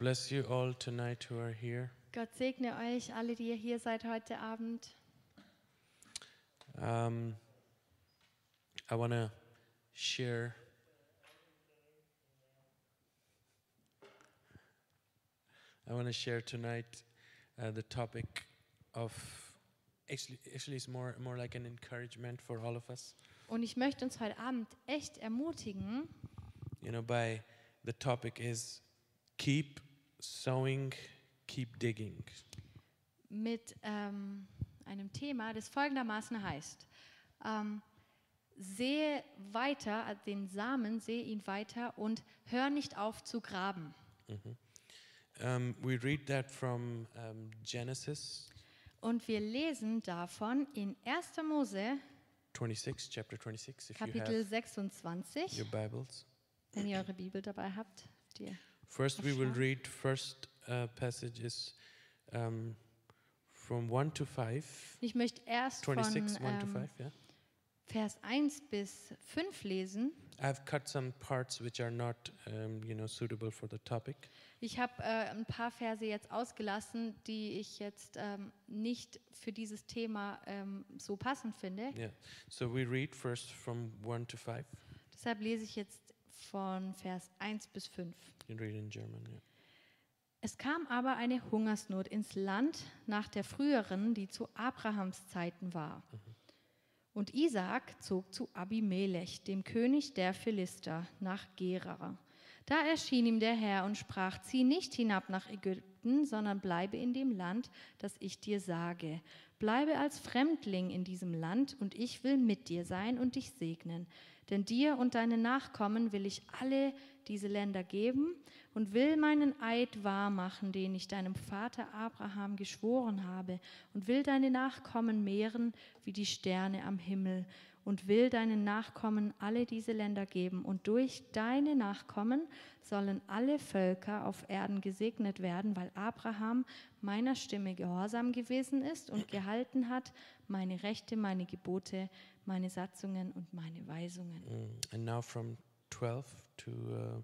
Bless you all tonight who are here. Gott segne euch, alle, die ihr hier seid heute Abend. Um, I want to share. I want to share tonight uh, the topic of actually, actually it's more more like an encouragement for all of us. Und ich möchte uns heute Abend echt ermutigen. You know, by the topic is keep sowing, keep digging. mit ähm, einem Thema, das folgendermaßen heißt: ähm, Sehe weiter äh, den Samen, sehe ihn weiter und hör nicht auf zu graben. Um, we read that from um, Genesis Und wir lesen davon in 1. Mose 26, chapter 26, if you Kapitel have your 26, Bibles. wenn ihr eure Bibel dabei habt. Die. First, we will Sure. read first uh, passage is um, from one to five. Ich möchte erst von 26, 1 to ähm, 5, yeah. Vers 1 bis 5 lesen. I've cut some parts which are not, um, you know, suitable for the topic. Ich habe äh, ein paar Verse jetzt ausgelassen, die ich jetzt ähm, nicht für dieses Thema ähm, so passend finde. Yeah. So we read first from 1 to 5. Deshalb lese ich jetzt von Vers 1 bis 5. You can read in German, yeah. Es kam aber eine Hungersnot ins Land nach der früheren, die zu Abrahams Zeiten war. Und Isaak zog zu Abimelech, dem König der Philister, nach Gerar. Da erschien ihm der Herr und sprach: Zieh nicht hinab nach Ägypten, sondern bleibe in dem Land, das ich dir sage. Bleibe als Fremdling in diesem Land, und ich will mit dir sein und dich segnen. Denn dir und deinen Nachkommen will ich alle diese Länder geben und will meinen Eid wahr machen, den ich deinem Vater Abraham geschworen habe, und will deine Nachkommen mehren wie die Sterne am Himmel, und will deinen Nachkommen alle diese Länder geben, und durch deine Nachkommen sollen alle Völker auf Erden gesegnet werden, weil Abraham meiner Stimme gehorsam gewesen ist und gehalten hat, meine Rechte, meine Gebote, meine Satzungen und meine Weisungen. Mm. And now from 12 to uh,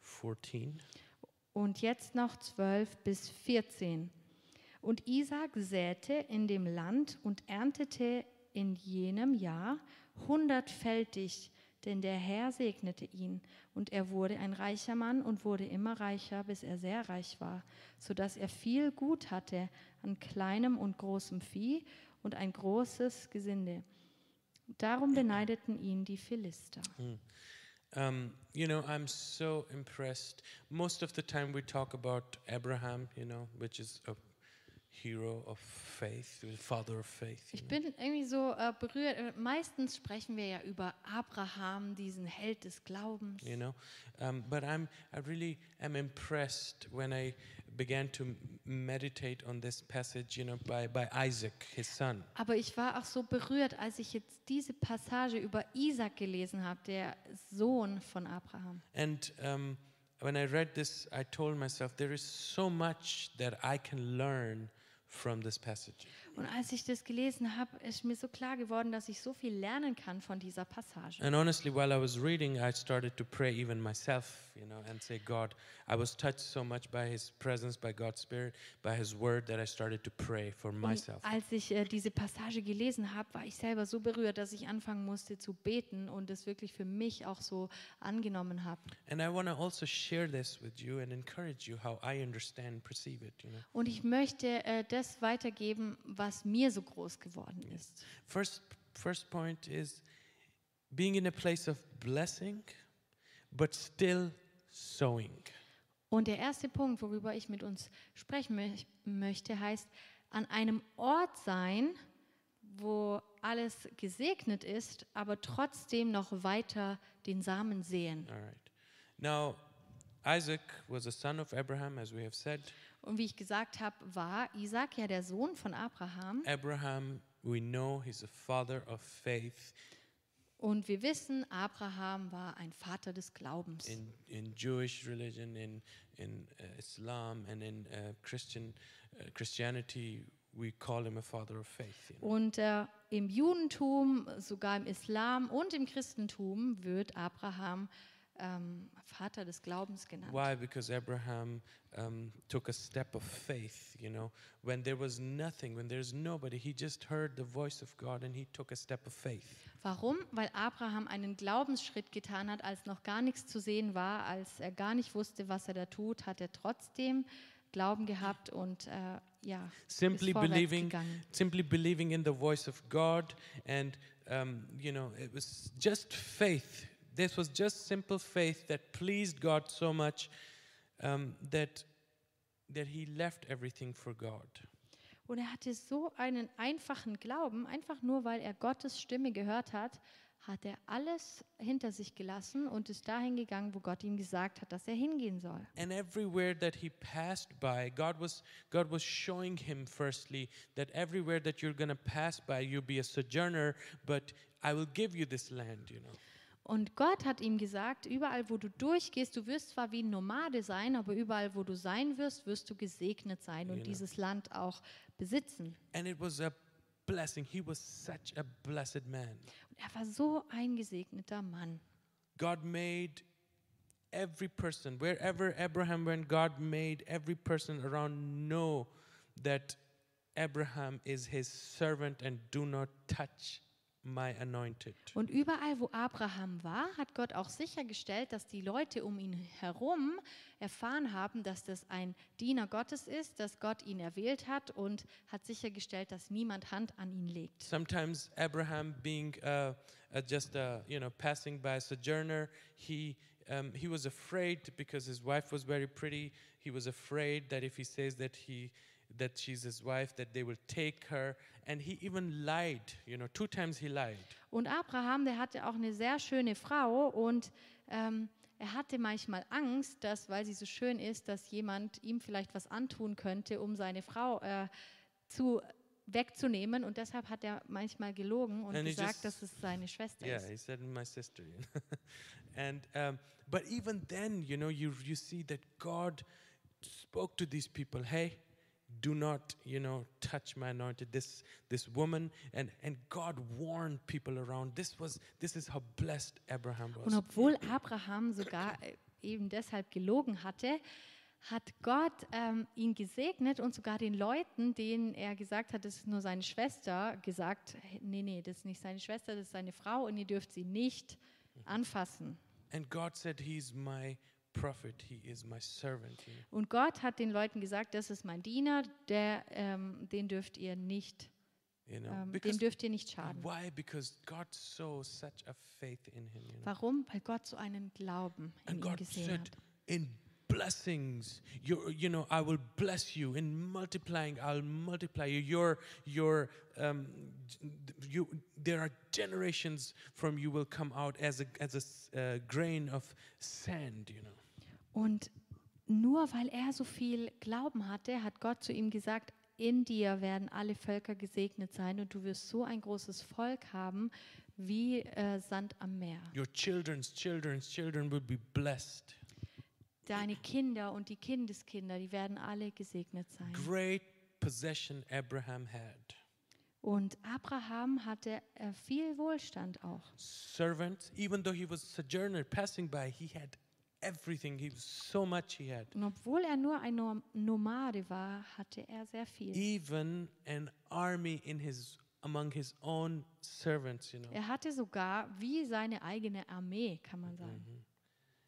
14. Und jetzt noch 12 bis 14. Und Isaac säte in dem Land und erntete in jenem Jahr hundertfältig, denn der Herr segnete ihn. Und er wurde ein reicher Mann und wurde immer reicher, bis er sehr reich war, so dass er viel Gut hatte an kleinem und großem Vieh und ein großes Gesinde. Darum beneideten ihn die Philister. Um, you know, I'm so impressed. Most of the time we talk about Abraham, you know, which is a hero of faith, the father of faith. you Ich know. bin irgendwie so äh, berührt. Äh, Meistens sprechen wir ja über Abraham, diesen Held des Glaubens. you know um, but i'm i really am impressed when i began to m- meditate on this passage you know by, by isaac his son Aber ich war auch so berührt, als ich jetzt diese Passage über Isaac gelesen habe, der Sohn von Abraham. and um, when i read this i told myself there is so much that i can learn from this passage Und als ich das gelesen habe, ist mir so klar geworden, dass ich so viel lernen kann von dieser Passage. and honestly while i was reading i started to pray even myself you know and say god i was touched so much by his presence by god's spirit by his word that i started to pray for Und myself als ich äh, diese Passage gelesen habe, war ich selber so berührt, dass ich anfangen musste zu beten und es wirklich für mich auch so angenommen habe. And I want to also share this with you and encourage you how I understand and perceive it. You know, Und ich möchte äh, das weitergeben, was mir so groß geworden ist. first first point is being in a place of blessing, but still sowing. Und der erste Punkt, worüber ich mit uns sprechen mö möchte, heißt, an einem Ort sein, wo alles gesegnet ist, aber trotzdem noch weiter den Samen sehen. All right. Now, Isaac was a son of Abraham, as we have said. Und wie ich gesagt habe, war Isaac ja der Sohn von Abraham. Abraham, we know he's a father of faith. Und wir wissen, Abraham war ein Vater des Glaubens. in, in Jewish religion, in in uh, Islam, and in uh, Christian uh, Christianity, we call him a father of faith. You know? Und äh, im Judentum, sogar im Islam und im Christentum wird Abraham ähm, Vater des Glaubens genannt. Why? Because Abraham um, took a step of faith, you know. When there was nothing, when there's nobody, he just heard the voice of God and he took a step of faith. Warum? Weil Abraham einen Glaubensschritt getan hat, als noch gar nichts zu sehen war, als er gar nicht wusste, was er da tut, hat er trotzdem Glauben gehabt und äh, ja, Simply ist vorwärts believing, gegangen. simply believing in the voice of God, and um, you know, it was just faith. This was just simple faith that pleased God so much um, that that he left everything for God. Und er hatte so einen einfachen Glauben, einfach nur weil er Gottes Stimme gehört hat, hat er alles hinter sich gelassen und ist dahin gegangen, wo Gott ihm gesagt hat, dass er hingehen soll. And everywhere that he passed by, God was God was showing him firstly that everywhere that you're gonna pass by, you'll be a sojourner, but I will give you this land. You know. Und Gott hat ihm gesagt, überall wo du durchgehst, du wirst zwar wie ein Nomade sein, aber überall wo du sein wirst, wirst du gesegnet sein und Genau. dieses Land auch besitzen. And it was a blessing. He was such a blessed man. Und er war so ein gesegneter Mann. God made every person, wherever Abraham went, God made every person around know that Abraham is his servant and do not touch my anointed. Und überall, wo Abraham war, hat Gott auch sichergestellt, dass die Leute um ihn herum erfahren haben, dass das ein Diener Gottes ist, dass Gott ihn erwählt hat und hat sichergestellt, dass niemand Hand an ihn legt. Sometimes Abraham, being uh, uh, just a you know passing by sojourner, he um, he was afraid because his wife was very pretty. He was afraid that if he says that he that she's his wife, that they will take her, and he even lied. You know, two times he lied. Und Abraham, der hatte auch eine sehr schöne Frau und ähm, er hatte manchmal Angst, dass, weil sie so schön ist, dass jemand ihm vielleicht was antun könnte, um seine Frau äh, zu wegzunehmen. Und deshalb hat er manchmal gelogen und And he gesagt, just- dass es seine Schwester Yeah, ist. he said my sister. you know. and um, but even then, you know, you you see that God spoke to these people. Hey, do not you know touch my anointed this this woman. And and God warned people around. This was this is how blessed Abraham Und was. obwohl Abraham sogar äh, eben deshalb gelogen hatte, hat Gott ähm, ihn gesegnet und sogar den Leuten, denen er gesagt hat, das ist nur seine Schwester, gesagt, "Hey, nee, nee, das ist nicht seine Schwester, das ist seine Frau und ihr dürft sie nicht anfassen. And God said, He's my prophet. He is my servant. you know. Und Gott hat den Leuten gesagt, das ist mein Diener, der, ähm, den dürft ihr nicht, You know, ähm, dem because dürft ihr nicht schaden. why? Because God saw such a faith in him. You know? Warum? Weil Gott so einen Glauben in And ihm God gesehen said, hat. in blessings, you you know, I will bless you. In multiplying, I'll multiply you. Your your um, g- you. There are generations from you will come out as a as a s- uh, grain of sand. You know. Und nur weil er so viel Glauben hatte, hat Gott zu ihm gesagt, in dir werden alle Völker gesegnet sein und du wirst so ein großes Volk haben wie äh, Sand am Meer. Your children's children's children will be blessed. Deine Kinder und die Kindeskinder, die werden alle gesegnet sein. Great possession Abraham had. Und Abraham hatte äh, viel Wohlstand auch. Servant, even though he was sojourner passing by, he had everything. He was so much he had. Und obwohl er nur ein Nom- Nomade war, hatte er sehr viel. even an army in his among his own servants you know Er hatte sogar wie seine eigene Armee, kann man sagen.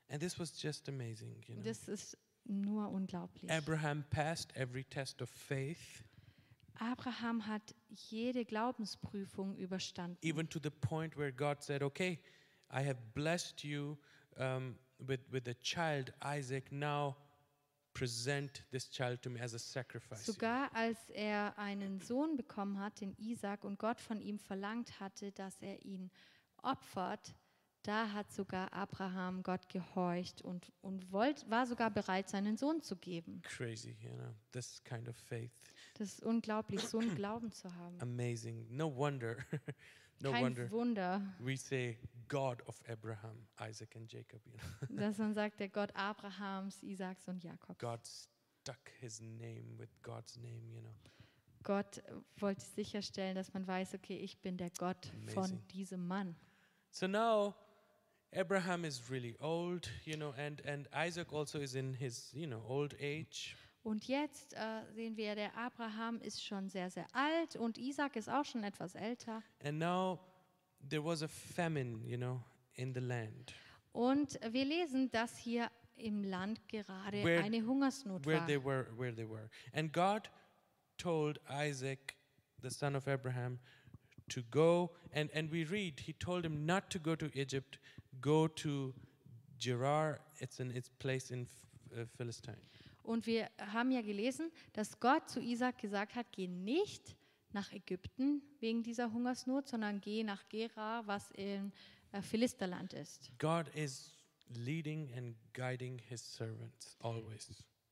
and this was just amazing you know Das ist nur unglaublich. abraham passed every test of faith Abraham hat jede Glaubensprüfung überstanden. even to the point where god said okay i have blessed you um, with with a child isaac now present this child to me as a sacrifice you know. Sogar als er einen Sohn bekommen hat, den Isaac, und Gott von ihm verlangt hatte, dass er ihn opfert, da hat sogar Abraham Gott gehorcht und, und wollt, war sogar bereit, seinen Sohn zu geben. crazy you know this kind of faith Das ist unglaublich, so einen Glauben zu haben. amazing no wonder no Kein wonder Wunder, we say god of abraham isaac and jacob you know dass man sagt, der Gott Abrahams, Isaaks und Jakobs. God stuck his name with God's name, you know. Gott äh, wollte sicherstellen, dass man weiß, okay, ich bin der Gott von Amazing. diesem Mann. So now Abraham is really old, you know, and, and Isaac also is in his, you know, old age. Und jetzt äh, sehen wir, der Abraham ist schon sehr, sehr alt und Isaac ist auch schon etwas älter. And now there was a famine, you know, in the land Und wir lesen, dass hier im Land gerade Where- eine Hungersnot where war. they were where they were. And God told Isaac, the son of Abraham, to go and, and we read, he told him not to go to Egypt, go to Gerar, it's an it's place in Ph- uh, Philistine. Und wir haben ja gelesen, dass Gott zu Isaac gesagt hat, geh nicht nach Ägypten wegen dieser Hungersnot, sondern geh nach Gera, was in äh, Philisterland ist. God is leading and guiding his servants always.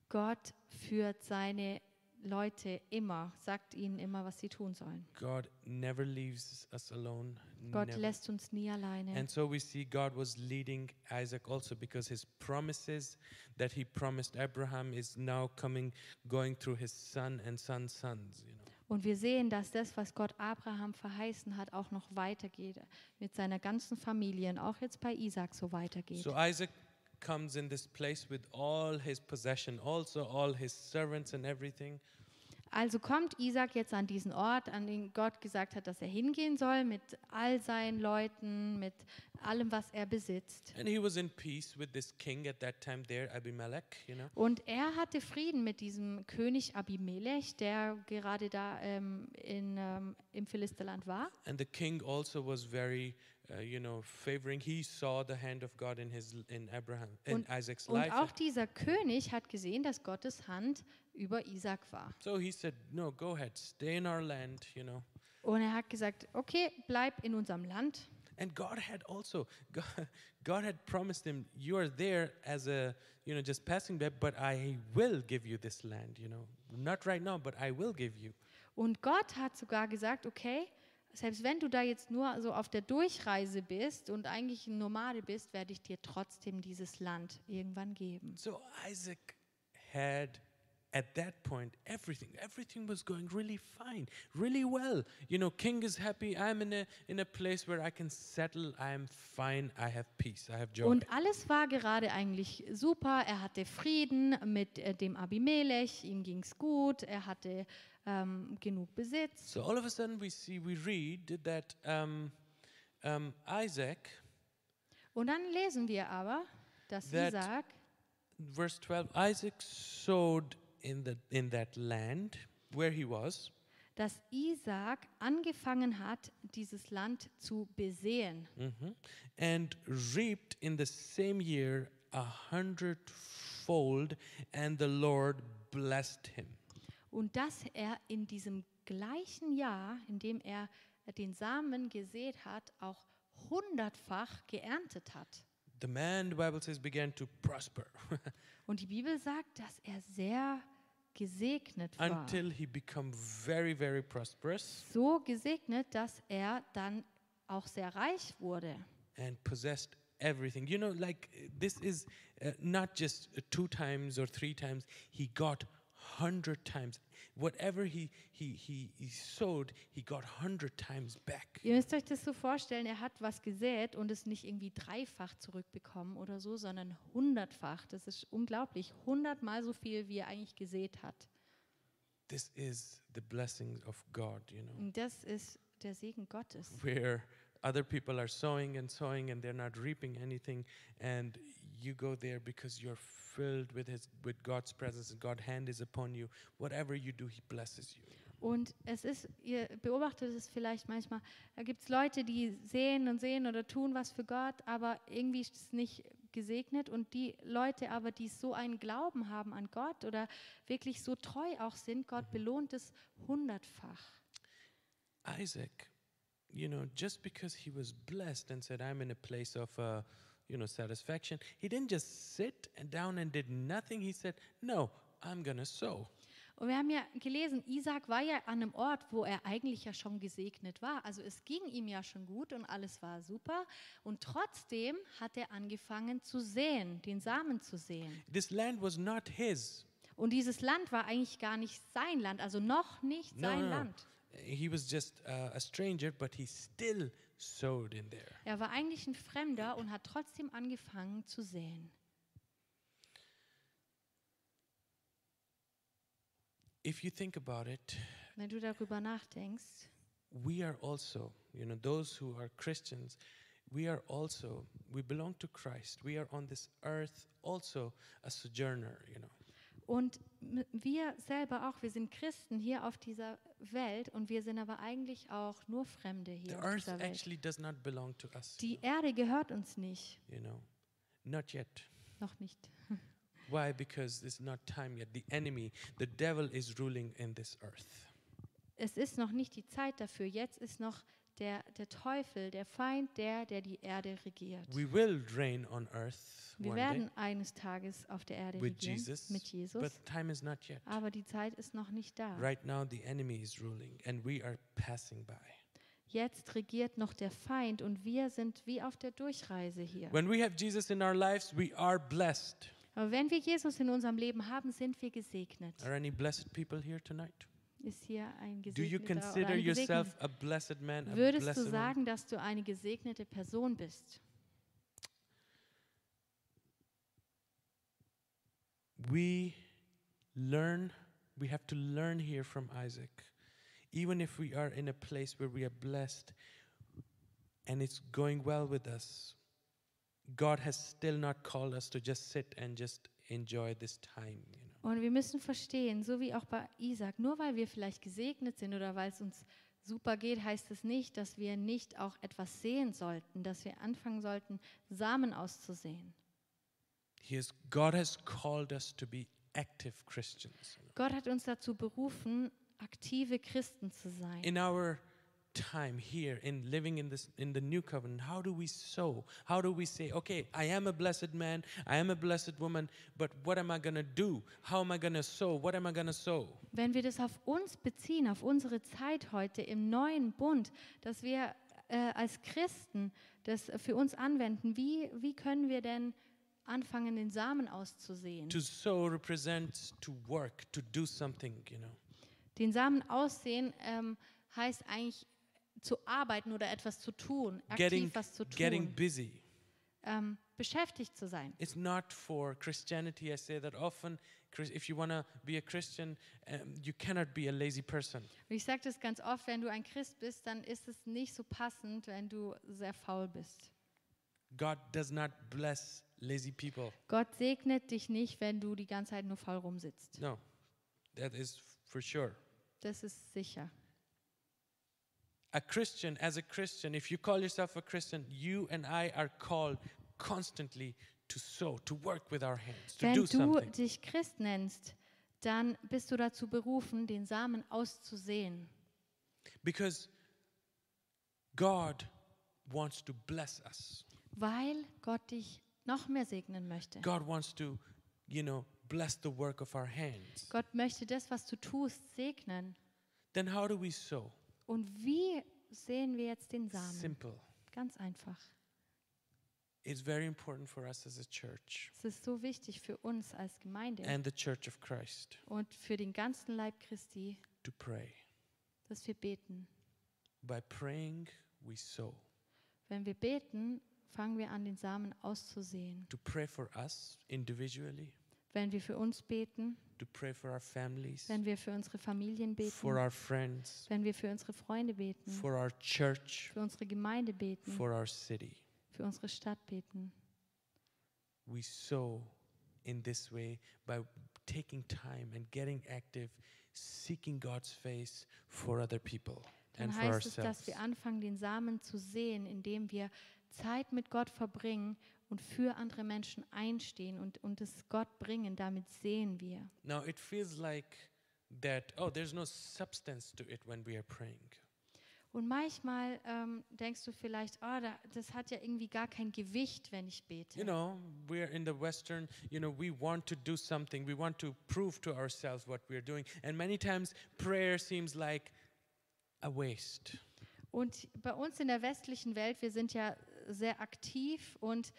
Gott führt seine Leute immer, sagt ihnen immer, was sie tun sollen. God never leaves us alone. Gott never. lässt uns nie alleine. And so we see God was leading Isaac also because his promises that he promised Abraham is now coming, going through his son and son's sons. You know, Und wir sehen, dass das, was Gott Abraham verheißen hat, auch noch weitergeht mit seiner ganzen Familie und auch jetzt bei Isaac so weitergeht. so Isaac comes in this place with all his possession, also all his servants and everything. Also kommt Isaac jetzt an diesen Ort, an den Gott gesagt hat, dass er hingehen soll, mit all seinen Leuten, mit allem, was er besitzt. And he was in peace with this king at that time there, Abimelech. You know, Und er hatte Frieden mit diesem König Abimelech, der gerade da ähm, in, ähm, im Philisterland war. and the king also was very, uh, you know, favoring. He saw the hand of God in his in Abraham in Und- Isaac's Und life. auch dieser König hat gesehen, dass Gottes Hand über Isaac war. So he said, "No, go ahead, stay in our land." You know. Und er hat gesagt, okay, bleib in unserem Land. And God had also God, God had promised him, "You are there as a you know just passing by, but I will give you this land. You know, not right now, but I will give you." Und Gott hat sogar gesagt, okay, selbst wenn du da jetzt nur so auf der Durchreise bist und eigentlich ein Nomade bist, werde ich dir trotzdem dieses Land irgendwann geben. So Isaac had at that point everything everything was going really fine really well you know king is happy i'm in a in a place where i can settle i'm fine i have peace i have joy Und alles war gerade eigentlich super. Er hatte Frieden mit äh, dem Abimelech, ihm ging es gut, er hatte ähm, genug Besitz. So all of a sudden we see, we read that um, um, Isaac, Und dann lesen wir aber, dass That- Isaac, verse 12, Isaac sowed in, the, in that land where he was, dass Isaac angefangen hat, dieses Land zu besehen. mhm, and reaped in the same year a hundredfold, and the Lord blessed him. Und dass er in diesem gleichen Jahr, in dem er den Samen gesät hat, auch hundertfach geerntet hat. The man, the Bible says, began to prosper Und die Bibel sagt, dass er sehr gesegnet war. until he become very, very prosperous so gesegnet, dass er dann auch sehr reich wurde. and possessed everything. You know, like uh, this is uh, not just uh, two times or three times. He got hundred times. Whatever he he he, he sowed, he got hundred times back. Ihr müsst euch das so vorstellen, er hat was gesät und es nicht irgendwie dreifach zurückbekommen oder so, sondern hundertfach. Das ist unglaublich. Hundertmal so viel, wie er eigentlich gesät hat. This is the blessing of God. You know, Und das ist der Segen Gottes. where other people are sowing and sowing and they're not reaping anything, and you go there because you're filled with his with God's presence and God's hand is upon you. Whatever you do, He blesses you. Und es ist, ihr beobachtet es vielleicht manchmal, da gibt es Leute, die sehen und sehen oder tun was für Gott, aber irgendwie ist es nicht gesegnet. Und die Leute aber, die so einen Glauben haben an Gott oder wirklich so treu auch sind, Gott belohnt es hundertfach. Isaac, you know, just because he was blessed and said, I'm in a place of, uh, you know, satisfaction, he didn't just sit and down and did nothing. He said, No, I'm going to sow. Und wir haben ja gelesen, Isaac war ja an einem Ort, wo er eigentlich ja schon gesegnet war. Also es ging ihm ja schon gut und alles war super. Und trotzdem hat er angefangen zu säen, den Samen zu säen. This land was not his. Und dieses Land war eigentlich gar nicht sein Land, also noch nicht No, sein no, no. Land. He was just uh, a stranger, but he still sowed in there. Er war eigentlich ein Fremder und hat trotzdem angefangen zu säen. If you think about it, Wenn du darüber nachdenkst, we are also, you know, those who are Christians, we are also, we belong to Christ. We are on this earth also a sojourner, you know. und m- wir selber auch, wir sind Christen hier auf dieser Welt und wir sind aber eigentlich auch nur Fremde hier The auf earth dieser Welt. actually does not belong to us, Die Erde gehört uns nicht, you know. Not yet. noch nicht. Why? Because it's not time yet. The enemy, the devil is ruling in this earth. Es ist noch nicht die Zeit dafür. Jetzt ist noch der, der Teufel, der Feind, der, der die Erde regiert. We will reign on earth Wir one day werden eines Tages auf der Erde with regieren Jesus, mit Jesus, but time is not yet. aber die Zeit ist noch nicht da. Right now, the enemy is ruling, and we are passing by. Jetzt regiert noch der Feind und wir sind wie auf der Durchreise hier. When we have Jesus in our lives, we are blessed. Aber wenn wir Jesus in unserem Leben haben, sind wir gesegnet. Are any blessed people here tonight? Ist hier ein Do you gesegneter oder consider eine yourself Gesegnete? a blessed man, a Würdest du blessed woman? sagen, dass du eine gesegnete Person bist? We learn, we have to learn here from Isaac. Even if we are in a place where we are blessed and it's going well with us, God has still not called us to just sit and just enjoy this time, you know. Und wir müssen verstehen, so wie auch bei Isaac, nur weil wir vielleicht gesegnet sind oder weil es uns super geht, heißt es nicht, dass wir nicht auch etwas sehen sollten, dass wir anfangen sollten, Samen auszusehen. He has, God has called us to be active Christians. you know. Gott hat uns dazu berufen, aktive Christen zu sein. In our time here in living in this in the new covenant, how do we sow? How do we say, okay, I am a blessed man, I am a blessed woman, but what am I gonna do? How am I gonna sow? What am I gonna sow? Wenn wir das auf uns beziehen, auf unsere Zeit heute im neuen Bund, dass wir äh, als Christen das für uns anwenden, wie, wie können wir denn anfangen, den Samen auszusehen? To sow represents to work, to do something, you know. Den Samen aussehen ähm, heißt eigentlich zu arbeiten oder etwas zu tun, aktiv Getting was zu tun, getting busy. ähm, beschäftigt zu sein. It's not for Christianity. I say that often. Chris- If you want to be a Christian, um, you cannot be a lazy person. Und ich sage das ganz oft, wenn du ein Christ bist, dann ist es nicht so passend, wenn du sehr faul bist. God does not bless lazy people. Gott segnet dich nicht, wenn du die ganze Zeit nur faul rumsitzt. No, that is for sure. Das ist sicher. A Christian, as a Christian, if you call yourself a Christian, you and I are called constantly to sow, to work with our hands, to Wenn do du something. dich Christ nennst, dann bist du dazu berufen, den Samen auszusehen. Because God wants to bless us. Weil Gott dich noch mehr segnen möchte. God wants to, you know, bless the work of our hands. Gott möchte das, was du tust, segnen. Then how do we sow? Und wie sehen wir jetzt den Samen? Simple. Ganz einfach. It's very important for us as a church Es ist so wichtig für uns als Gemeinde and the church of Christ und für den ganzen Leib Christi, to pray. dass wir beten. By praying, we sow. Wenn wir beten, fangen wir an, den Samen auszusehen. to pray for us individually, Wenn wir für uns beten, to pray for our families, wenn wir für unsere Familien beten, for our friends, wenn wir für unsere Freunde beten, for our church, für unsere Gemeinde beten, for our city. für unsere Stadt beten. We sow in this way by taking time and getting active, seeking God's face for other people Dann and for heißt es, dass ourselves. wir anfangen, den Samen zu sehen, indem wir Zeit mit Gott verbringen und für andere Menschen einstehen und, und es Gott bringen. Damit sehen wir. Now it feels like that, oh, there's no substance to it when we are praying. Und manchmal ähm, denkst du vielleicht, oh, da, das hat ja irgendwie gar kein Gewicht, wenn ich bete. You know, we're in the Western, you know, we want to do something. We want to prove to ourselves what we're doing. And many times prayer seems like a waste. Und bei uns in der westlichen Welt, wir sind ja sehr aktiv und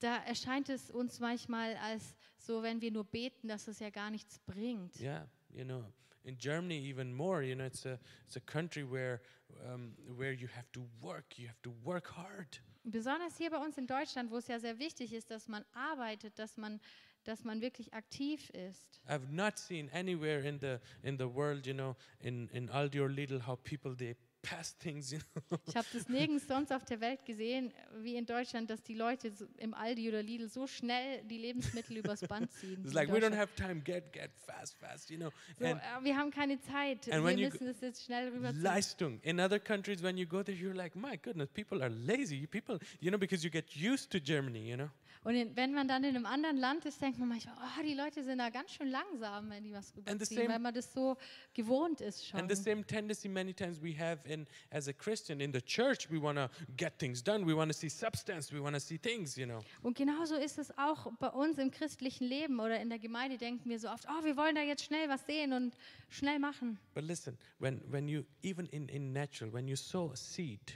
da erscheint es uns manchmal als so, wenn wir nur beten, dass es ja gar nichts bringt. Yeah. you know in Germany even more you know it's a it's a country where um, where you have to work you have to work hard Besonders hier bei uns in Deutschland, wo es ja sehr wichtig ist, dass man arbeitet, dass man, dass man wirklich aktiv ist. I've not seen anywhere in the in the world you know in in Aldi or Lidl how people they pass things you know Ich habe das nirgends sonst auf der Welt gesehen, wie in Deutschland, dass die Leute so im Aldi oder Lidl so schnell die Lebensmittel übers Band ziehen. it's in like we don't Deutschland. have time get get fast fast you know so, and äh, wir haben keine Zeit, wir And when you müssen es jetzt schnell rüberziehen. Leistung. In other countries, when you go there, you're like, my goodness, people are lazy. People, you know, because you get used to Germany, you know. Und in, wenn man dann in einem anderen Land ist, denkt man manchmal, oh, die Leute sind da ganz schön langsam, wenn die was rüberziehen, same- weil man das so gewohnt ist schon. And the same tendency many times we have in as a Christian in the church, we want to get things done. We want to see substance. We want to see things, you know. Und genauso ist es auch bei uns im christlichen Leben oder in der Gemeinde denken wir so oft, oh, wir wollen da jetzt schnell was sehen und schnell machen. But listen, when when you even in in natural, when you sow a seed,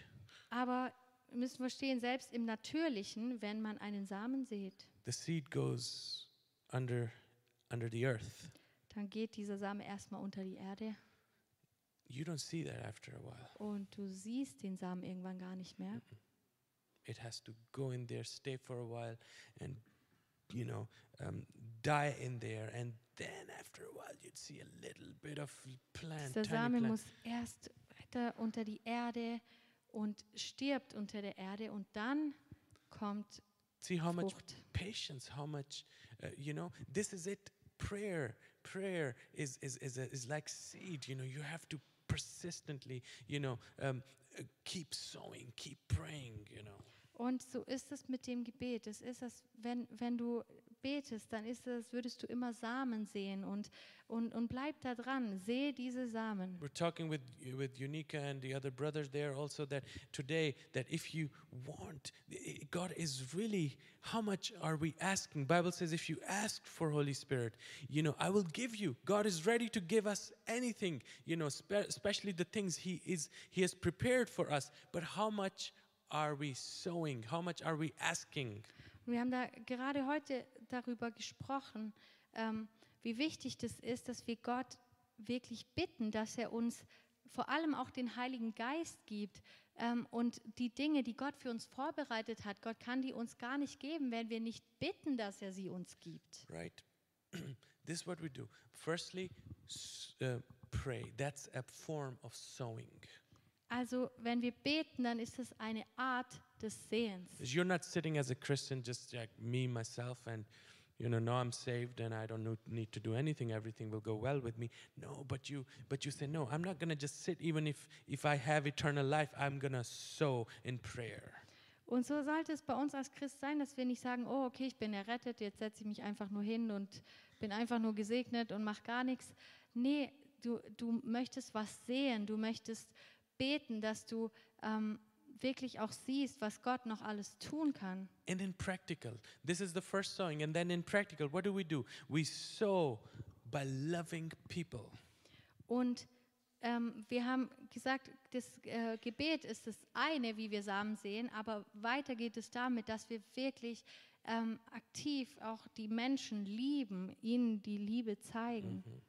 Aber wir müssen verstehen, selbst im Natürlichen, wenn man einen Samen sät, the seed goes under under the earth. dann geht dieser Same erstmal unter die Erde You don't see that after a while. und du siehst den Samen irgendwann gar nicht mehr. it has to go in there, stay for a while, and you know, um, die in there. And then after a while, you'd see a little bit of plant, Dieser tiny Same plant. muss erst weiter unter die Erde und stirbt unter der Erde und dann kommt See how much Frucht. patience, how much, uh, you know, this is it. Prayer, prayer is is is, a, is like seed. You know, you have to persistently, you know, um, uh, keep sowing, keep praying. You know. Und so ist es mit dem Gebet. Es ist es, wenn, wenn du betest, dann ist es, würdest du immer Samen sehen und, und, und bleib da dran, sehe diese Samen. We're talking with with Unica and the other brothers there also that today that if you want i- i- God is really how much are we asking? Bible says if you ask for Holy Spirit, you know, I will give you. God is ready to give us anything, you know, spe- especially the things he is he has prepared for us. But how much are we sowing? How much are we asking? Und wir haben da gerade heute darüber gesprochen, ähm, wie wichtig das ist, dass wir Gott wirklich bitten, dass er uns vor allem auch den Heiligen Geist gibt. Ähm, und die Dinge, die Gott für uns vorbereitet hat, Gott kann die uns gar nicht geben, wenn wir nicht bitten, dass er sie uns gibt. right? this is what we do. Firstly, s- uh, pray. That's a form of sowing. Also, wenn wir beten, dann ist es eine Art des Sehens. Is You're not sitting as a Christian, just like me, myself, and you know, no, I'm saved and I don't no- need to do anything. Everything will go well with me. No, but you, but you say, no, I'm not gonna just sit. Even if if I have eternal life, I'm gonna sow in prayer. Und so sollte es bei uns als Christ sein, dass wir nicht sagen, oh, okay, ich bin errettet, jetzt setze ich mich einfach nur hin und bin einfach nur gesegnet und mache gar nichts. Nee, du, du möchtest was sehen, du möchtest beten, dass du ähm, wirklich auch siehst, was Gott noch alles tun kann. And in practical, this is the first sowing, and then in practical, what do we do? We sow by loving people. Und ähm, wir haben gesagt, das äh, Gebet ist das eine, wie wir Samen sehen, aber weiter geht es damit, dass wir wirklich ähm, aktiv auch die Menschen lieben, ihnen die Liebe zeigen. Mhm.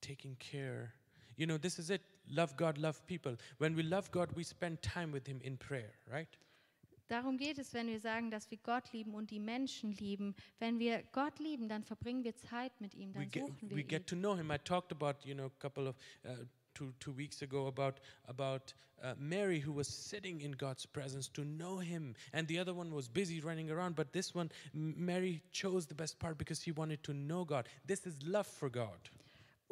taking care. You know, this is it. Love God, love people. When we love God, we spend time with Him in prayer, right? Darum geht es, wenn wir sagen, dass wir Gott lieben und die Menschen lieben. Wenn wir Gott lieben, dann verbringen wir Zeit mit ihm, we dann get, suchen wir we ihn. get to know Him. I talked about, you know, a couple of uh, two two weeks ago about about uh, Mary who was sitting in God's presence to know Him, and the other one was busy running around. But this one, M- Mary chose the best part because she wanted to know God. This is love for God.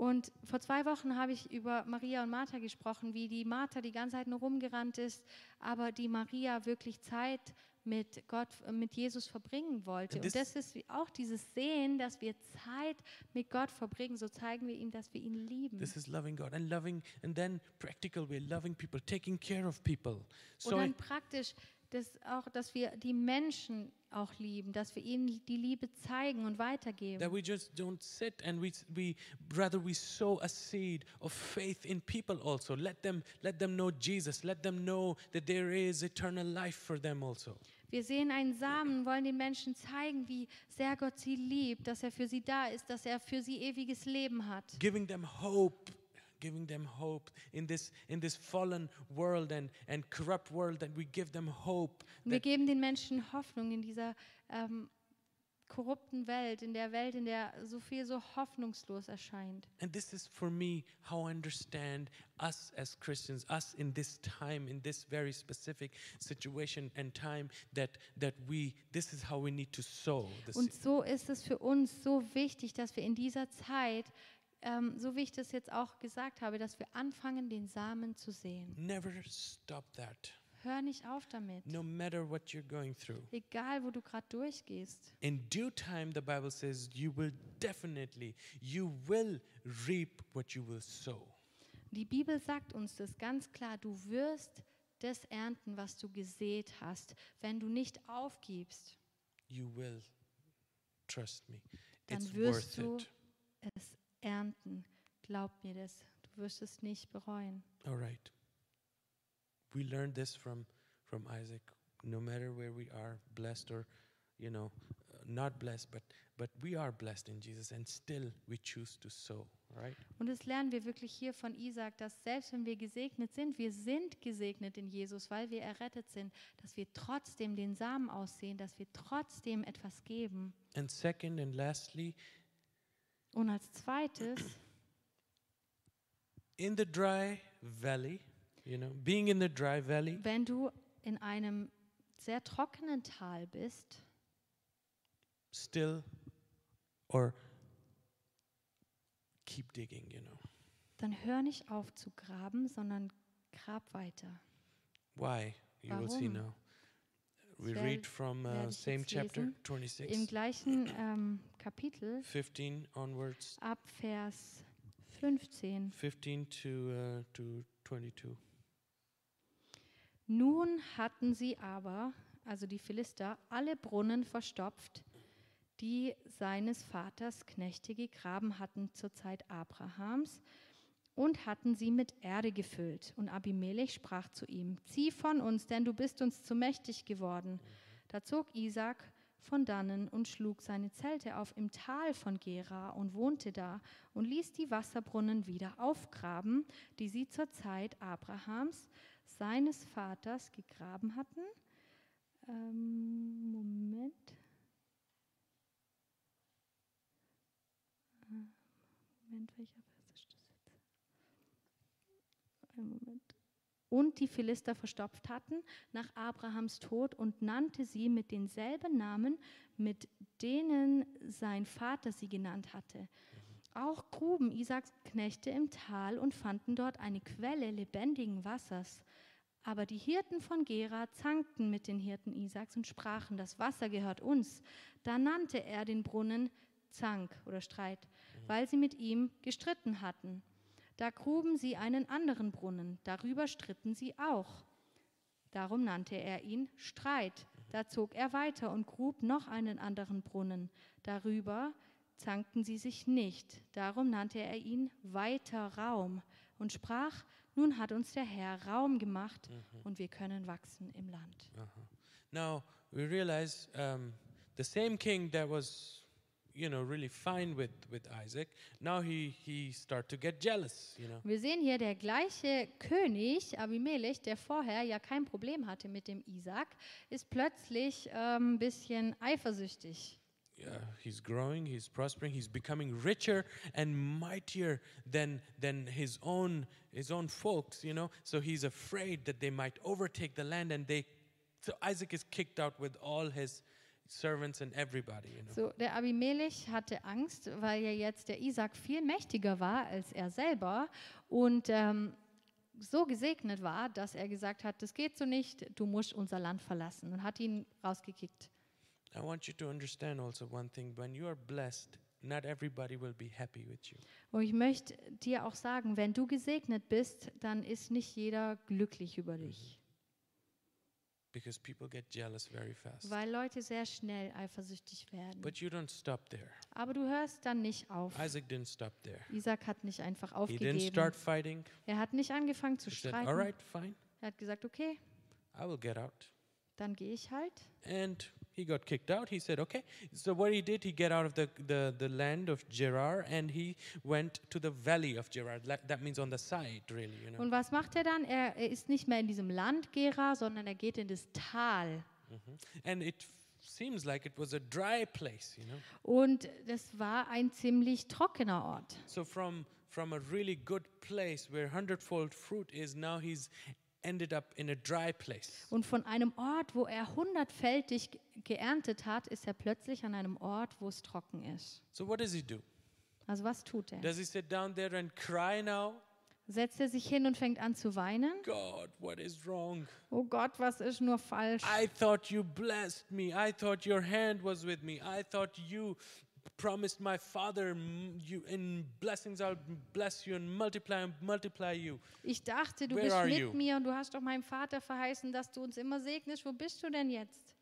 Und vor zwei Wochen habe ich über Maria und Martha gesprochen, wie die Martha die ganze Zeit nur rumgerannt ist, aber die Maria wirklich Zeit mit Gott, mit Jesus verbringen wollte. And Und this- das ist wie auch dieses Sehen, dass wir Zeit mit Gott verbringen. So zeigen wir ihm, dass wir ihn lieben. This is loving God and loving, and then practical way, loving people, taking care of people. Und So dann praktisch das auch, dass wir die Menschen auch lieben, dass wir ihnen die Liebe zeigen und weitergeben. that we just don't sit and we, s- we rather we sow a seed of faith in people also let them let them know jesus let them know that there is eternal life for them also Wir sehen einen Samen, wollen den Menschen zeigen, wie sehr Gott sie liebt, dass er für sie da ist, dass er für sie ewiges Leben hat. giving them hope giving them hope in this in this fallen world and and corrupt world that we give them hope Und wir geben den Menschen Hoffnung in dieser ähm, korrupten Welt, in der Welt, in der so viel so hoffnungslos erscheint. and this is for me how i understand us as christians us in this time in this very specific situation and time that that we this is how we need to sow the Und seed. so ist es für uns so wichtig, dass wir in dieser Zeit, ähm, so wie ich das jetzt auch gesagt habe, dass wir anfangen, den Samen zu sehen. never stop that Hör nicht auf damit. no matter what you're going through Egal, wo du gerade durchgehst. in due time the bible says you will definitely you will reap what you will sow Die Bibel sagt uns das ganz klar, du wirst das ernten, was du gesät hast, wenn du nicht aufgibst. you will trust me. dann it's wirst worth du it. es ernten. Glaub mir das. Du wirst es nicht bereuen. All right. We learned this from from Isaac. No matter where we are, blessed or you know, uh, not blessed, but but we are blessed in Jesus, and still we choose to sow. All right. Und das lernen wir wirklich hier von Isaac, dass selbst wenn wir gesegnet sind, wir sind gesegnet in Jesus, weil wir errettet sind, dass wir trotzdem den Samen aussehen, dass wir trotzdem etwas geben. And second and lastly, Und als zweites, in the dry valley, you know, being in the dry valley, wenn du in einem sehr trockenen Tal bist, still or keep digging, you know. dann hör nicht auf zu graben, sondern grab weiter. Why? You will see Warum? now. We Wer- read from werde uh, ich same jetzt chapter lesen? Im 26, gleichen ähm, Kapitel 15 onwards, ab Vers 15. 15 to uh, to 22. Nun hatten sie aber, also die Philister, alle Brunnen verstopft, die seines Vaters Knechte gegraben hatten zur Zeit Abrahams, und hatten sie mit Erde gefüllt. Und Abimelech sprach zu ihm, zieh von uns, denn du bist uns zu mächtig geworden. Da zog Isaac von dannen und schlug seine Zelte auf im Tal von Gera und wohnte da und ließ die Wasserbrunnen wieder aufgraben, die sie zur Zeit Abrahams, seines Vaters, gegraben hatten. Ähm, Moment. Äh, Moment, welcher Vers ist das jetzt? Einen Moment. Und die Philister verstopft hatten nach Abrahams Tod und nannte sie mit denselben Namen, mit denen sein Vater sie genannt hatte. Auch gruben Isaaks Knechte im Tal und fanden dort eine Quelle lebendigen Wassers. Aber die Hirten von Gera zankten mit den Hirten Isaaks und sprachen, das Wasser gehört uns. Da nannte er den Brunnen Zank oder Streit, weil sie mit ihm gestritten hatten. Da gruben sie einen anderen Brunnen, darüber stritten sie auch. Darum nannte er ihn Streit. Da zog er weiter und grub noch einen anderen Brunnen. Darüber zankten sie sich nicht. Darum nannte er ihn Weiter Raum und sprach, nun hat uns der Herr Raum gemacht und wir können wachsen im Land. Now we realize um, the same king that was, you know, really fine with with Isaac. Now he he start to get jealous, you know. Wir sehen hier der gleiche König Abimelech, der vorher ja kein Problem hatte mit dem Isaac, ist plötzlich ähm, ein bisschen eifersüchtig. Yeah, Uh, he's growing, he's prospering, he's becoming richer and mightier than than his own his own folks, you know. So he's afraid that they might overtake the land, and they. So Isaac is kicked out with all his servants and everybody, you know. So, der Abimelech hatte Angst, weil ja jetzt der Isaac viel mächtiger war als er selber und ähm, so gesegnet war, dass er gesagt hat, das geht so nicht, du musst unser Land verlassen und hat ihn rausgekickt. I want you to understand also one thing: when you are blessed, not everybody will be happy with you. Und ich möchte dir auch sagen, wenn du gesegnet bist, dann ist nicht jeder glücklich über Mhm. dich, because people get jealous very fast. weil Leute sehr schnell eifersüchtig werden. But you don't stop there. Aber du hörst dann nicht auf. Isaac didn't stop there. Isaac hat nicht einfach He didn't aufgegeben. start fighting. Er hat nicht angefangen zu He said, "All streiten. right, fine. Er hat gesagt, okay, I will get out. Dann gehe ich halt. And he got kicked out. He said, okay. So what he did, he get out of the, the, the land of Gerar and he went to the valley of Gerar. La- That means on the side, really, you know. Und was macht er dann? Er, er ist nicht mehr in diesem Land Gera, sondern er geht in das Tal. And it seems like it was a dry place, you know. Und das war ein ziemlich trockener Ort. So from from a really good place where hundredfold fruit is, now he's ended up in a dry place. Und von einem Ort, wo er hundertfältig ge- geerntet hat, ist er plötzlich an einem Ort, wo es trocken ist. So what does he do? Also was tut er? Does he sit down there and cry now? Setzt er sich hin und fängt an zu weinen? God, what is wrong? Oh Gott, was ist nur falsch? I thought you blessed me. I thought your hand was with me. I thought you promised my father mm, you in blessings I'll bless you and multiply and multiply you. Ich dachte, du Where bist are mit you? mir und du hast doch meinem Vater verheißen, dass du uns immer segnest. Wo bist du denn jetzt?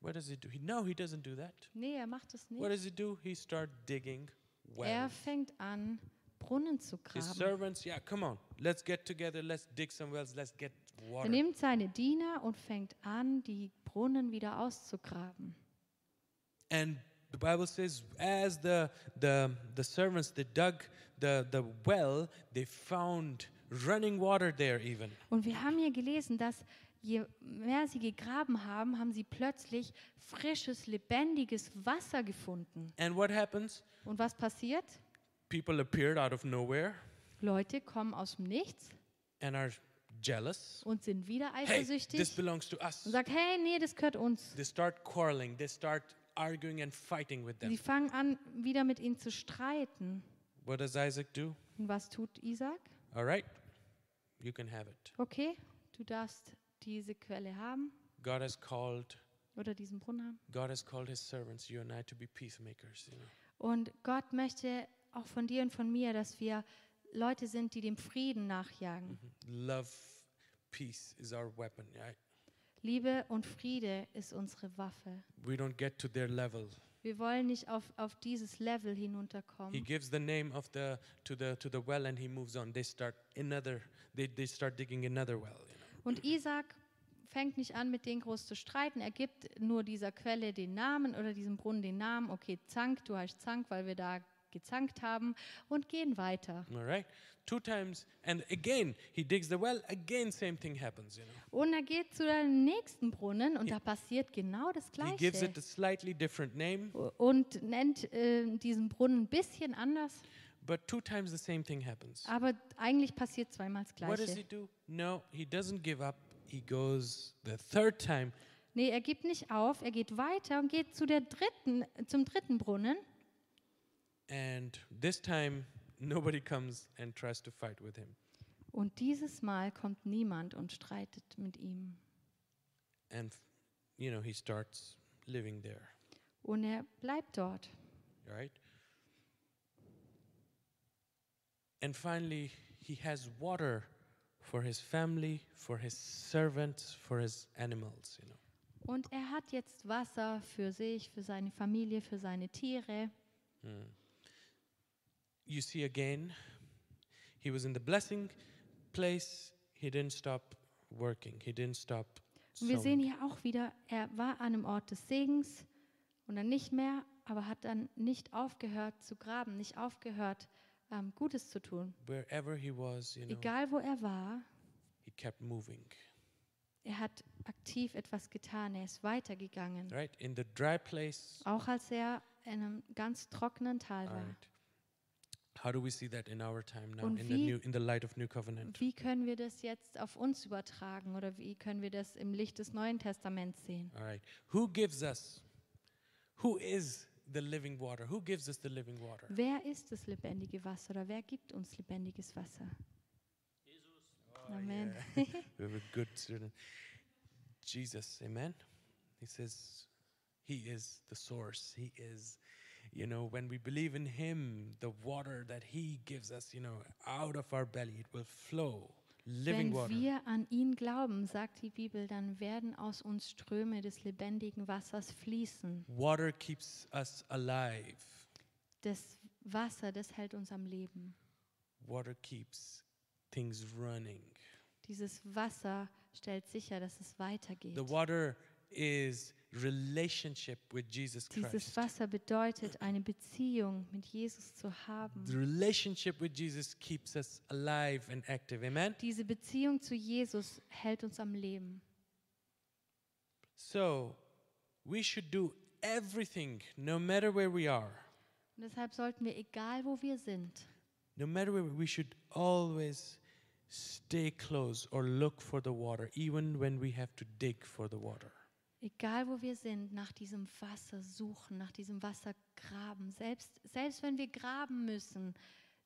What does he do? He, no, he doesn't do that. Nee, er macht What es nicht. does he do? He start digging Er wells. fängt an, Brunnen zu His graben. servants, yeah, come on, let's get together, let's dig some wells, let's get Er water. nimmt seine Diener und fängt an, die Brunnen wieder auszugraben. And the Bible says, as the the the servants they dug the the well, they found running water there even. Und wir haben hier gelesen, dass je mehr sie gegraben haben, haben sie plötzlich frisches, lebendiges Wasser gefunden. And what happens? Und was passiert? People appeared out of nowhere Leute kommen aus dem Nichts and are jealous. und sind wieder Hey, this eifersüchtig belongs to us. und sagen, hey, nee, das gehört uns. They start quarreling. They start arguing and fighting with Sie them. fangen an, wieder mit ihnen zu streiten. What does Isaac do? Und was tut Isaac? All right, you can have it. Okay, du darfst diese Quelle haben God has called oder diesen Brunnen haben. God has called his servants, you and I, to be peacemakers. You know? Und Gott möchte auch von dir und von mir, dass wir Leute sind, die dem Frieden nachjagen. Mhm. Love, peace is our weapon. Right? Liebe und Friede ist unsere Waffe. We don't get to their level. Wir wollen nicht auf, auf dieses Level He hinunterkommen. gives the name of the to the to the well, and he moves on. They start another. They they start digging another well. You know? Und Isaac fängt nicht an, mit denen groß zu streiten. Er gibt nur dieser Quelle den Namen oder diesem Brunnen den Namen. Okay, Zank, du heißt Zank, weil wir da gezankt haben und gehen weiter. All right, two times, and again he digs the well. Again, same thing happens. You know, Und er geht zu dem nächsten Brunnen und da passiert genau das he gives it Gleiche. a slightly different name, Und nennt äh, diesen Brunnen ein bisschen anders, but two times the same thing happens. aber eigentlich passiert zweimal das What does Gleiche. he do? No, he doesn't give up. He goes the third time Nee, er gibt nicht auf, er geht weiter und geht zu der dritten, zum dritten Brunnen. And this time, nobody comes and tries to fight with him. Und dieses Mal kommt niemand und streitet mit ihm. And, f- you know, he starts living there, Und er bleibt dort. right? And finally, he has water for his family, for his servants, for his animals, you know. Und er hat jetzt Wasser für sich, für seine Familie, für seine Tiere. You see again, he was in the blessing place. He didn't stop working. He didn't stop. Und wir sowing. sehen hier auch wieder, er war an einem Ort des Segens und dann nicht mehr, aber hat dann nicht aufgehört zu graben, nicht aufgehört, ähm, Gutes zu tun. Wherever he was, you know, Egal wo er war, he kept moving. er hat aktiv etwas getan, er ist weitergegangen. Right? In the dry place, Auch als er in einem ganz trockenen Tal All war. right. How do we see that in our time now, Und in the wie- new, in the light of new covenant? Wie können wir das jetzt auf uns übertragen oder wie können wir das im Licht des Neuen Testaments sehen? All right. Who gives us? Who is the living water? Who gives us the living water? Wer ist das lebendige Wasser oder wer gibt uns lebendiges Wasser? Oh, Amen. We have a good student. Jesus, amen. He says, He is the source. He is, you know, when we believe in Him, the water that He gives us, you know, out of our belly, it will flow. Living Wenn water. wir an ihn glauben, sagt die Bibel, dann werden aus uns Ströme des lebendigen Wassers fließen. Water keeps us alive. Das Wasser, das hält uns am Leben. water keeps things running. Dieses Wasser stellt sicher, dass es weitergeht. The water is relationship with Jesus Dieses Christ. Wasser bedeutet, eine Beziehung mit Jesus zu haben. The relationship with Jesus keeps us alive and active. Amen. Diese Beziehung zu Jesus hält uns am Leben. So, we should do everything, no matter where we are, Und deshalb sollten wir, egal wo wir sind, no matter where we should always stay close or look for the water, even when we have to dig for the water. egal wo wir sind, nach diesem Wasser suchen, nach diesem Wasser graben. Selbst, selbst wenn wir graben müssen,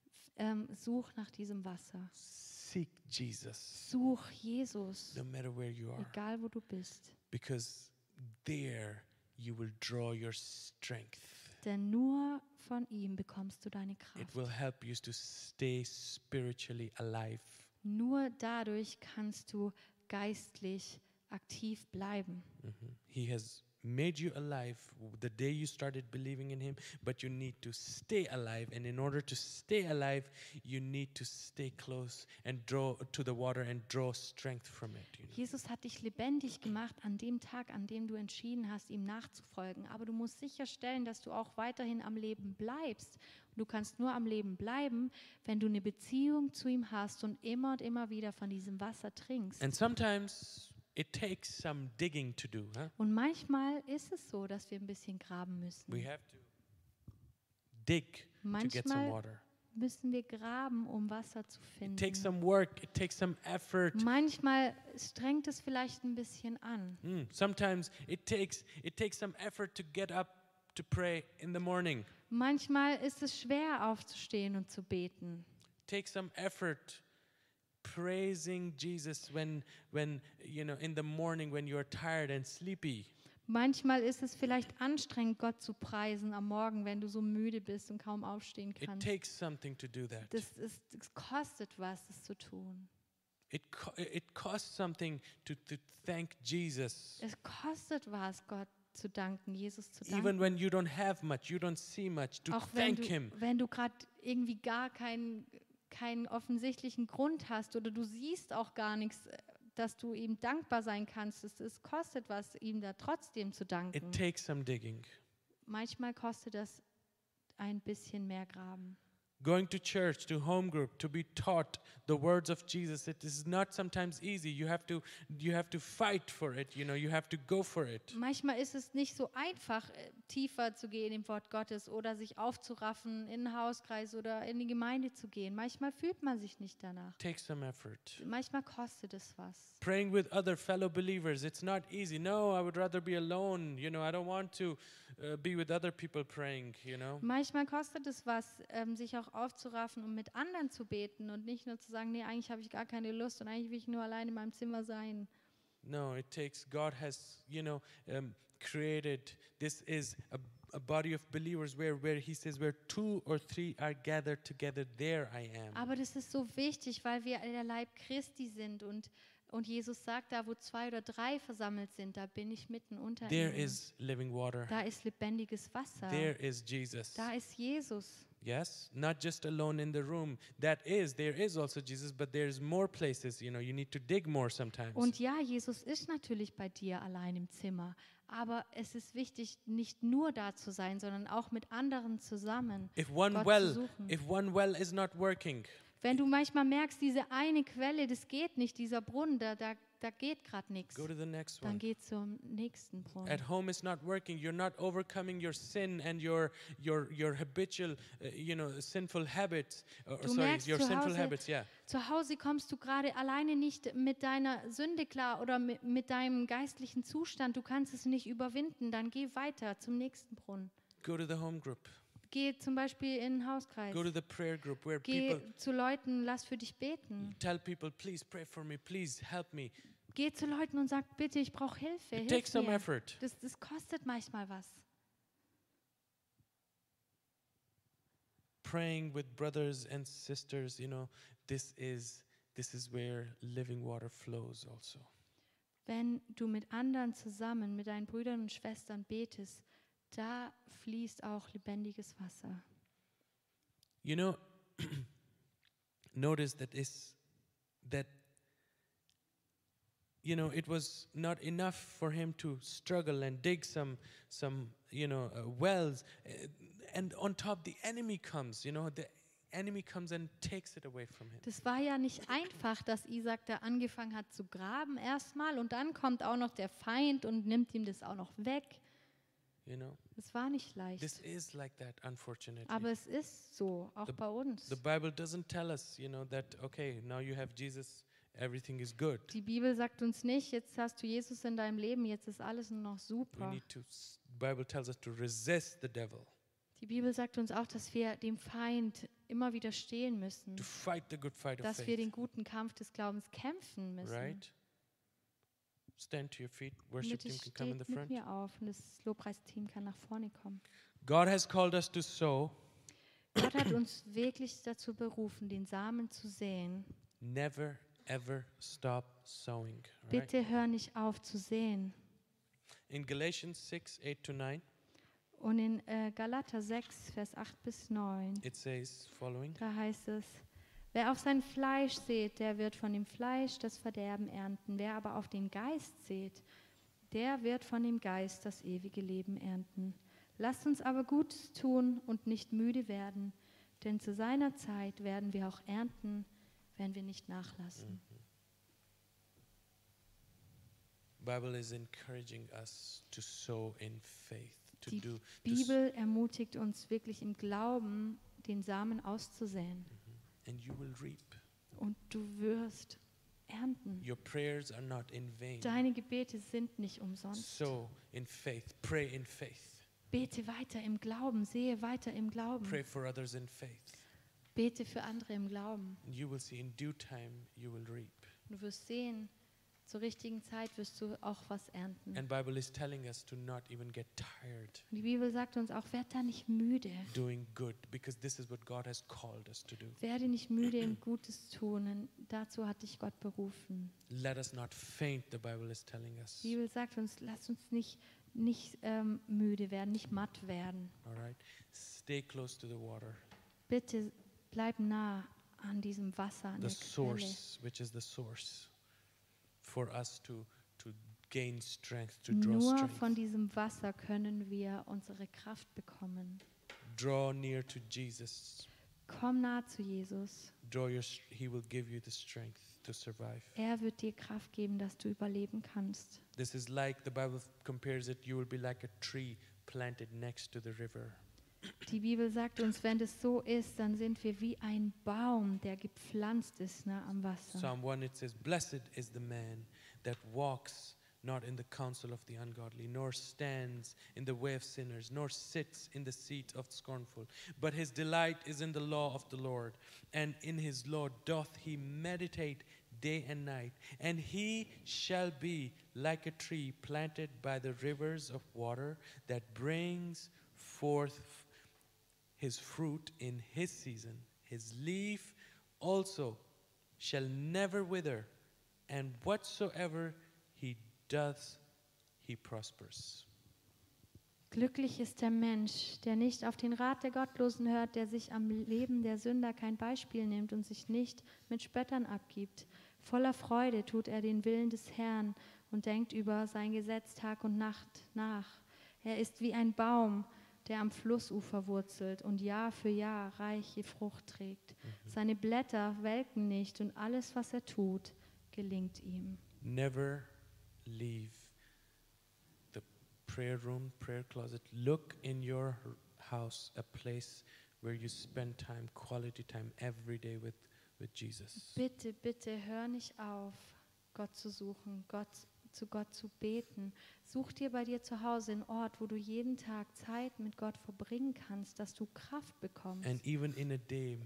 f- ähm, such nach diesem Wasser. Seek Jesus, Such Jesus, no matter where you are, egal wo du bist. because there you will draw your strength. Denn nur von ihm bekommst du deine It will Kraft. help you to stay spiritually alive. Nur dadurch kannst du geistlich aktiv bleiben. He has made you alive w- the day you started believing in Him, but you need to stay alive. And in order to stay alive, you need to stay close and draw to the water and draw strength from it. You know? Jesus hat dich lebendig gemacht an dem Tag, an dem du entschieden hast, ihm nachzufolgen. Aber du musst sicherstellen, dass du auch weiterhin am Leben bleibst. Und du kannst nur am Leben bleiben, wenn du eine Beziehung zu ihm hast und immer und immer wieder von diesem Wasser trinkst. And sometimes it takes some digging to do. Huh? Und manchmal ist es so, dass wir ein bisschen graben We müssen. have to dig to get some Manchmal water. Müssen wir graben, um Wasser zu It takes finden. some work. It takes some effort. Manchmal strengt es vielleicht ein bisschen an. Mm, sometimes it takes it takes some effort to get up to pray in the morning. Manchmal ist es schwer aufzustehen und zu beten. Take some effort praising Jesus when when you know in the morning when you are tired and sleepy. Manchmal ist es vielleicht anstrengend, Gott zu preisen am Morgen, wenn du so müde bist und kaum aufstehen It kannst. takes something to do that. Das ist, es kostet was, das zu tun. It co- it costs something to to thank Jesus. Es kostet was, Gott zu danken, Jesus zu Even danken. when you don't have much, you don't see much, to Auch thank wenn du, him. wenn du gerade irgendwie gar keinen, keinen offensichtlichen Grund hast oder du siehst auch gar nichts, äh, dass du ihm dankbar sein kannst. Es, es kostet was, ihm da trotzdem zu danken. It takes some digging. Manchmal kostet das ein bisschen mehr Graben. Going to church, to home group, to be taught the words of Jesus, it is not sometimes easy. You have to you have to fight for it, you know, you have to go for it. Manchmal ist es nicht so einfach, äh, tiefer zu gehen im Wort Gottes oder sich aufzuraffen, in den Hauskreis oder in die Gemeinde zu gehen. Manchmal fühlt man sich nicht danach. Take some effort. Manchmal kostet es was. Praying with other fellow believers, it's not easy. No, I would rather be alone. You know, I don't want to uh, be with other people praying, you know. Manchmal kostet es was, ähm, sich auch aufzuraffen, um mit anderen zu beten und nicht nur zu sagen, nee, eigentlich habe ich gar keine Lust und eigentlich will ich nur allein in meinem Zimmer sein. No, it takes, God has, you know, um, created, this is a, a body of believers where, where He says, where two or three are gathered together, there I am. Aber das ist so wichtig, weil wir der Leib Christi sind und, und Jesus sagt, da wo zwei oder drei versammelt sind, da bin ich mitten unter There ihnen. is living water. Da ist lebendiges Wasser. There is Jesus. Da ist Jesus. Yes, not just alone in the room. That is, there is also Jesus, but there's more places, you know, you need to dig more sometimes. Und ja, Jesus ist natürlich bei dir allein im Zimmer. Aber es ist wichtig, nicht nur da zu sein, sondern auch mit anderen zusammen. If one Gott zu well, suchen. if one well is not working, Wenn du manchmal merkst, diese eine Quelle, das geht nicht, dieser Brunnen, da, da, da geht gerade nichts, go to the next dann one. geh zum nächsten Brunnen. At home is not working. You're not overcoming your sin and your your your habitual, uh, you know, sinful habits. Uh, or Du sorry, merkst your zu sinful Hause- habits. Yeah. Zu Hause kommst du gerade alleine nicht mit deiner Sünde klar oder mit, mit deinem geistlichen Zustand. Du kannst es nicht überwinden. Dann geh weiter zum nächsten Brunnen. Go to the home group. Geh zum Beispiel in den Hauskreis. Go to the prayer group where Geh people zu Leuten, lass für dich beten. tell people, please pray for me, please help me. Geh zu Leuten und sag, bitte, ich brauche Hilfe. It takes Hilf some mir. effort. Das, das kostet manchmal was. Praying with brothers and sisters, you know, this is this is where living water flows also. Wenn du mit anderen zusammen, mit deinen Brüdern und Schwestern betest, da fließt auch lebendiges Wasser. You know, notice that is that you know, it was not enough for him to struggle and dig some, some, you know, uh, wells. Uh, And on top, the enemy comes. You know, the enemy comes and takes it away from him. Das war ja nicht einfach, dass Isaac da angefangen hat zu graben erstmal und dann kommt auch noch der Feind und nimmt ihm das auch noch weg. You know, Das war nicht leicht. this is like that, unfortunately. Aber es ist so, auch The- bei uns. The Bible doesn't tell us, you know, that okay, now you have Jesus, everything is good. Die Bibel sagt uns nicht, jetzt hast du Jesus in deinem Leben, jetzt ist alles nur noch We super. need to. s- Bible tells us to resist the devil, Die Bibel sagt uns auch, dass wir dem Feind immer widerstehen müssen, to fight the good fight of dass wir den faith, guten Kampf des Glaubens kämpfen müssen. right? Stand to your feet. Worship Bitte team can come in the steht mit front. mir auf und das Lobpreisteam kann nach vorne kommen. God has called us to sow, Gott hat uns wirklich dazu berufen, den Samen zu säen. never ever stop sowing. all Right? Bitte hör nicht auf zu säen. In Galatians 6, 8 to 9, Und in äh, Galater 6, Vers 8 bis 9, it says following. da heißt es, wer auf sein Fleisch sät, der wird von dem Fleisch das Verderben ernten. Wer aber auf den Geist sät, der wird von dem Geist das ewige Leben ernten. Lasst uns aber Gutes tun und nicht müde werden, denn zu seiner Zeit werden wir auch ernten, wenn wir nicht nachlassen. Bible is encouraging us to sow in faith, to Die do to s- Bibel ermutigt uns wirklich im Glauben, den Samen auszusäen. and you will reap. Und du wirst ernten. Your prayers are not in vain. Deine Gebete sind nicht umsonst. Sow in faith. Pray in faith. Bete weiter im Glauben, sehe weiter im Glauben. Pray for others in faith. Bete für andere im Glauben. And you will see in due time you will reap. Du wirst sehen, zur richtigen Zeit wirst du auch was ernten. And Bible is telling us to not even get tired Und die Bibel sagt uns auch, werd da nicht müde. doing good because this is what God has called us to do. Werde nicht müde im Gutes tun, denn dazu hat dich Gott berufen. Let us not faint, the Bible is telling us. Die Bibel sagt uns, lass uns nicht, nicht ähm, müde werden, nicht matt werden. All right? Stay close to the water, Bitte bleib nah an diesem Wasser, an the der Quelle. source, which is the source for us to to gain strength, to draw Nur von strength. diesem Wasser können wir unsere Kraft bekommen. Draw near to Jesus. Komm nah zu Jesus. Draw your s- he will give you the strength to survive. Er wird dir Kraft geben, dass du überleben kannst. This is like the Bible compares it, you will be like a tree planted next to the river. Die Bibel sagt uns, wenn es so ist, dann sind wir wie ein Baum, der gepflanzt ist nah am Wasser. Psalm 1 it says, Blessed is the man that walks not in the counsel of the ungodly, nor stands in the way of sinners, nor sits in the seat of scornful, but his delight is in the law of the Lord, and in his law doth he meditate day and night, and he shall be like a tree planted by the rivers of water that brings forth his fruit in his season. His leaf also shall never wither, and whatsoever he does, he prospers. Glücklich ist der Mensch, der nicht auf den Rat der Gottlosen hört, der sich am Leben der Sünder kein Beispiel nimmt und sich nicht mit Spöttern abgibt. Voller Freude tut er den Willen des Herrn und denkt über sein Gesetz Tag und Nacht nach. Er ist wie ein Baum, der am Flussufer wurzelt und Jahr für Jahr reiche Frucht trägt. Seine Blätter welken nicht und alles, was er tut, gelingt ihm. Never leave the prayer room, prayer closet. Look in your house a place where you spend time, quality time every day with, with Jesus. Bitte, bitte hör nicht auf, Gott zu suchen, Gott zu Gott zu beten. Such dir bei dir zu Hause einen Ort, wo du jeden Tag Zeit mit Gott verbringen kannst, dass du Kraft bekommst. And even in a day,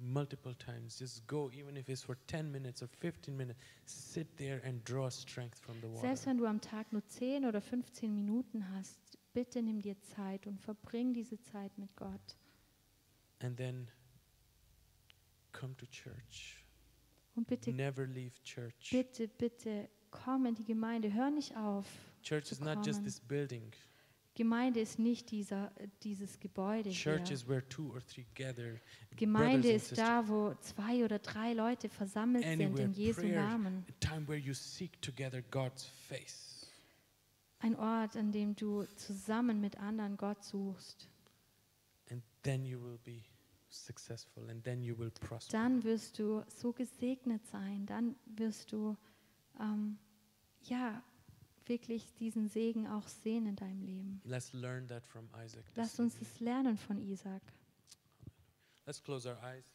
multiple times, just go, even if it's for 10 minutes or 15 minutes, sit there and draw strength from the water. Selbst wenn du am Tag nur 10 oder 15 Minuten hast, bitte nimm dir Zeit und verbring diese Zeit mit Gott. And then come to church. Und bitte, Never leave church. bitte, bitte komm in die Gemeinde, hör nicht auf. Church is not just this building, Gemeinde ist nicht dieser, dieses Gebäude hier. Church is where two or three gather. Gemeinde brothers and ist da, wo zwei oder drei Leute versammelt sind Anywhere in Jesu prayer, Namen. a time where you seek together God's face. Ein Ort, an dem du zusammen mit anderen Gott suchst. And then you will be successful and then you will prosper. Dann wirst du so gesegnet sein. Dann wirst du ähm, ja wirklich diesen Segen auch sehen in deinem Leben. Let's learn that from Isaac. this Lass uns evening. es lernen von Isaac. Let's close our eyes.